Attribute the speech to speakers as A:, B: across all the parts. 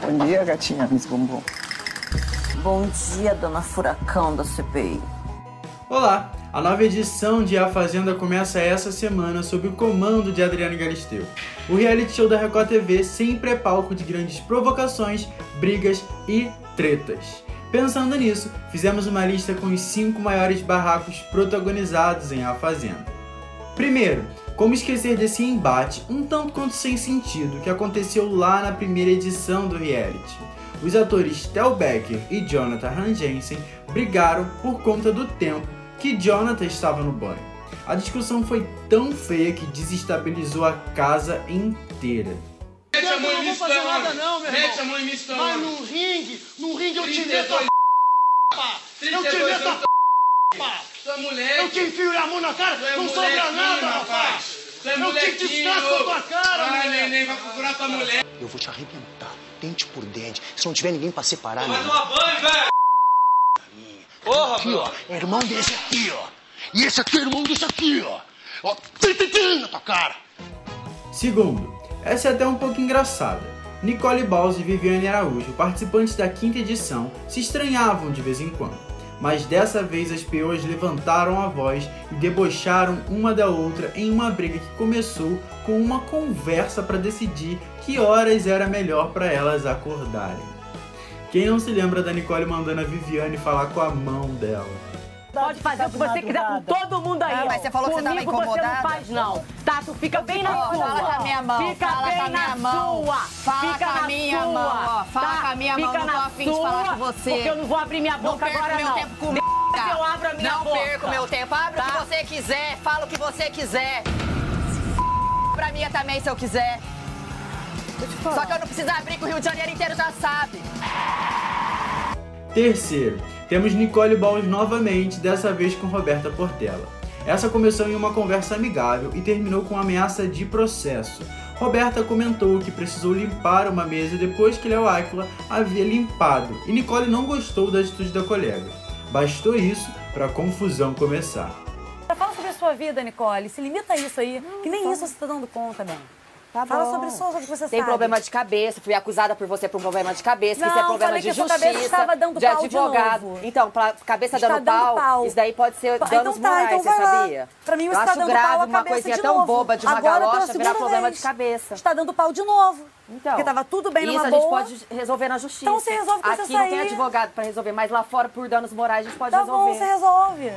A: Bom dia, gatinha Miss Bumbum.
B: Bom dia, dona Furacão da CPI.
C: Olá! A nova edição de A Fazenda começa essa semana sob o comando de Adriano Galisteu. O reality show da Record TV sempre é palco de grandes provocações, brigas e tretas. Pensando nisso, fizemos uma lista com os cinco maiores barracos protagonizados em A Fazenda. Primeiro, como esquecer desse embate um tanto quanto sem sentido que aconteceu lá na primeira edição do reality? Os atores Tel Becker e Jonathan Han Jensen brigaram por conta do tempo que Jonathan estava no banho. A discussão foi tão feia que desestabilizou a casa inteira.
D: Mete a mão em mim,
E: fazer nada
D: Stallone.
E: não, meu irmão.
D: Mete a mão em mim,
E: Mas
D: Stallone.
E: no ringue, no ringue eu te
D: 32
E: meto a p, pá. Eu te
D: 32
E: meto a
D: anos,
E: p, pá.
D: Tua
E: Eu
D: mulher.
E: te enfio a mão na cara,
D: Tu é
E: não sobra
D: molequinho,
E: nada,
D: rapaz.
E: rapaz.
D: Tu é
E: Eu te
D: molequinho.
E: descasco a tua cara,
D: Vai,
E: mulher.
D: neném, vai procurar tua mulher.
F: Eu vou te arrebentar, dente por dente. Se não tiver ninguém pra separar, meu irmão.
D: banho, velho. Porra,
F: Aqui, ó. É irmão desse aqui, ó. E esse aqui é irmão desse aqui, ó. Ó, tim, tim, tim na tua cara.
C: Segundo, essa é até um pouco engraçada. Nicole Balls e Viviane Araújo, participantes da quinta edição, se estranhavam de vez em quando. Mas dessa vez as peões levantaram a voz e debocharam uma da outra em uma briga que começou com uma conversa para decidir que horas era melhor para elas acordarem. Quem não se lembra da Nicole mandando a Viviane falar com a mão dela?
G: Pode fazer o que você quiser com todo mundo aí.
H: Ah, mas você falou que você tava
G: Comigo você não
H: incomodada.
G: faz, não. Tá, tu fica bem na
H: Ó,
G: sua.
H: fala com a minha mão,
G: Fica
H: fala
G: bem
H: com a minha
G: na
H: mão.
G: sua.
H: Fala
G: fica
H: com a
G: na
H: minha
G: sua,
H: mão, ó. Fala
G: tá?
H: com a minha
G: fica
H: mão, não tô
G: na
H: afim de falar
G: sua,
H: com você.
G: Porque eu não vou abrir minha boca
H: Não perco
G: agora,
H: meu
G: não.
H: tempo com
G: Depois eu abro a minha
H: Não
G: boca.
H: perco meu tempo. Abra
I: Tá.
H: o que você quiser, fala o que você quiser. Pra mim também, se eu quiser. Só que eu não preciso abrir, que o Rio de Janeiro inteiro já sabe.
C: Terceiro, temos Nicole Balls novamente, dessa vez com Roberta Portela. Essa começou em uma conversa amigável e terminou com ameaça de processo. Roberta comentou que precisou limpar uma mesa depois que Léo Áquila havia limpado e Nicole não gostou da atitude da colega. Bastou isso para a confusão começar.
I: Fala sobre a sua vida, Nicole. Se limita a isso aí, que nem isso você tá dando conta, bem.
G: Tá
I: Fala sobre isso, sobre o que você
H: Tem
I: sabe.
H: problema de cabeça, fui acusada por você por um problema de cabeça, que
I: Não,
H: isso é problema
I: falei
H: de
I: que a sua
H: justiça,
I: cabeça estava dando
H: de
I: pau de
H: advogado.
I: novo.
H: Então, pra- cabeça
I: Está
H: dando,
I: dando
H: pau,
I: pau.
H: isso daí pode ser
I: Pa-
H: danos
I: então tá,
H: morais,
I: então
H: você
I: vai lá.
H: sabia?
I: Pra mim,
H: Eu
I: você tá
H: acho
I: dando
H: grave
I: pau à
H: uma
I: cabeça
H: coisinha
I: de
H: tão
I: novo.
H: boba de uma
I: Agora, pela
H: galocha virar
I: segunda
H: problema
I: vez.
H: de cabeça.
I: Está tá dando pau de novo.
H: Então,
I: Porque tava tudo bem
H: isso
I: numa
H: a gente
I: boa.
H: pode ju- resolver na justiça.
I: Então se resolve com
H: Aqui
I: isso
H: não tem
I: aí.
H: advogado pra resolver, mas lá fora, por danos morais, a gente pode
I: Tá
H: resolver.
I: bom, você resolve.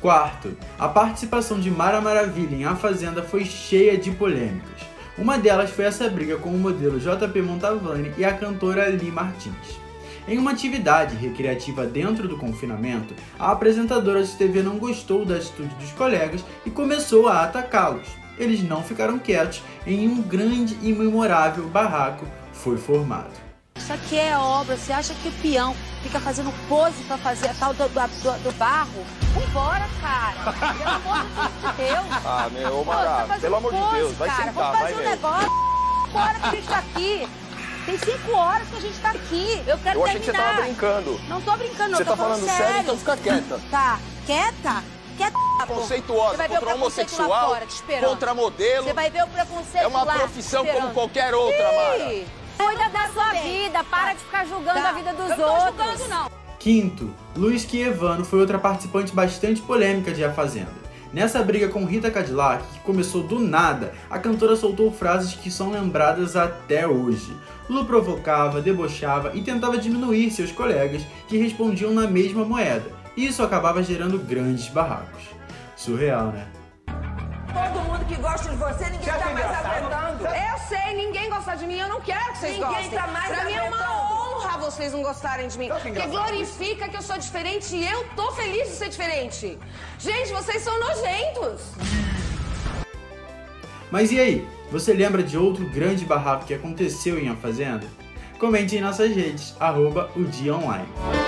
C: Quarto, a participação de Mara Maravilha em A Fazenda foi cheia de polêmicas. Uma delas foi essa briga com o modelo JP Montavani e a cantora Lee Martins. Em uma atividade recreativa dentro do confinamento, a apresentadora de TV não gostou da atitude dos colegas e começou a atacá-los. Eles não ficaram quietos e um grande e memorável barraco foi formado.
J: Isso aqui é obra, você acha que o peão fica fazendo pose pra fazer a tal do, do, do- do barro? Vambora, cara! Pelo amor de Deus!
K: Ah, meu, ô
J: Pô, você tá
K: Magá,
J: fazendo
K: pelo amor de
J: pose,
K: Deus, vai
J: cara.
K: sentar,
J: Vamos
K: vai
J: fazer
K: mesmo.
J: um negócio. Cinco horas que a gente tá aqui. Tem cinco horas que a gente tá aqui. Eu quero
K: Eu achei que você
J: terminar.
K: tava brincando.
J: Não tô brincando, não.
K: Você
J: tô
K: tá falando sério, então fica quieta. É
J: Tá. Quieta? Quieta. pô. Você
K: Conceituosa,
J: vai ver o
K: contra
J: preconceito lá
K: homossexual,
J: fora, te esperando.
K: contra modelo.
J: Você vai ver o preconceito
K: É uma
J: lá,
K: profissão
J: esperando.
K: como qualquer outra, Mara.
J: Ih, Cuida da sua vida,
I: Tá.
J: para de ficar julgando a vida dos outros. Não tô julgando, não.
C: Quinto, Luiz Quievano foi outra participante bastante polêmica de A Fazenda. Nessa briga com Rita Cadillac, que começou do nada, a cantora soltou frases que são lembradas até hoje. Lu provocava, debochava e tentava diminuir seus colegas, que respondiam na mesma moeda. E Isso acabava gerando grandes barracos. Surreal, né?
H: Todo mundo que gosta de você, ninguém
D: acha tá mais engraçado? aguentando.
H: Eu sei, ninguém gosta de mim, eu não quero que vocês
J: Ninguém
H: gostem.
J: tá mais
H: pra mim é
J: aguentando.
H: uma honra vocês não gostarem de mim. Porque glorifica que eu sou diferente e eu tô feliz de ser diferente. Gente, vocês são nojentos.
C: Mas e aí? Você lembra de outro grande barraco que aconteceu em A Fazenda? Comente em nossas redes, arroba o dia online.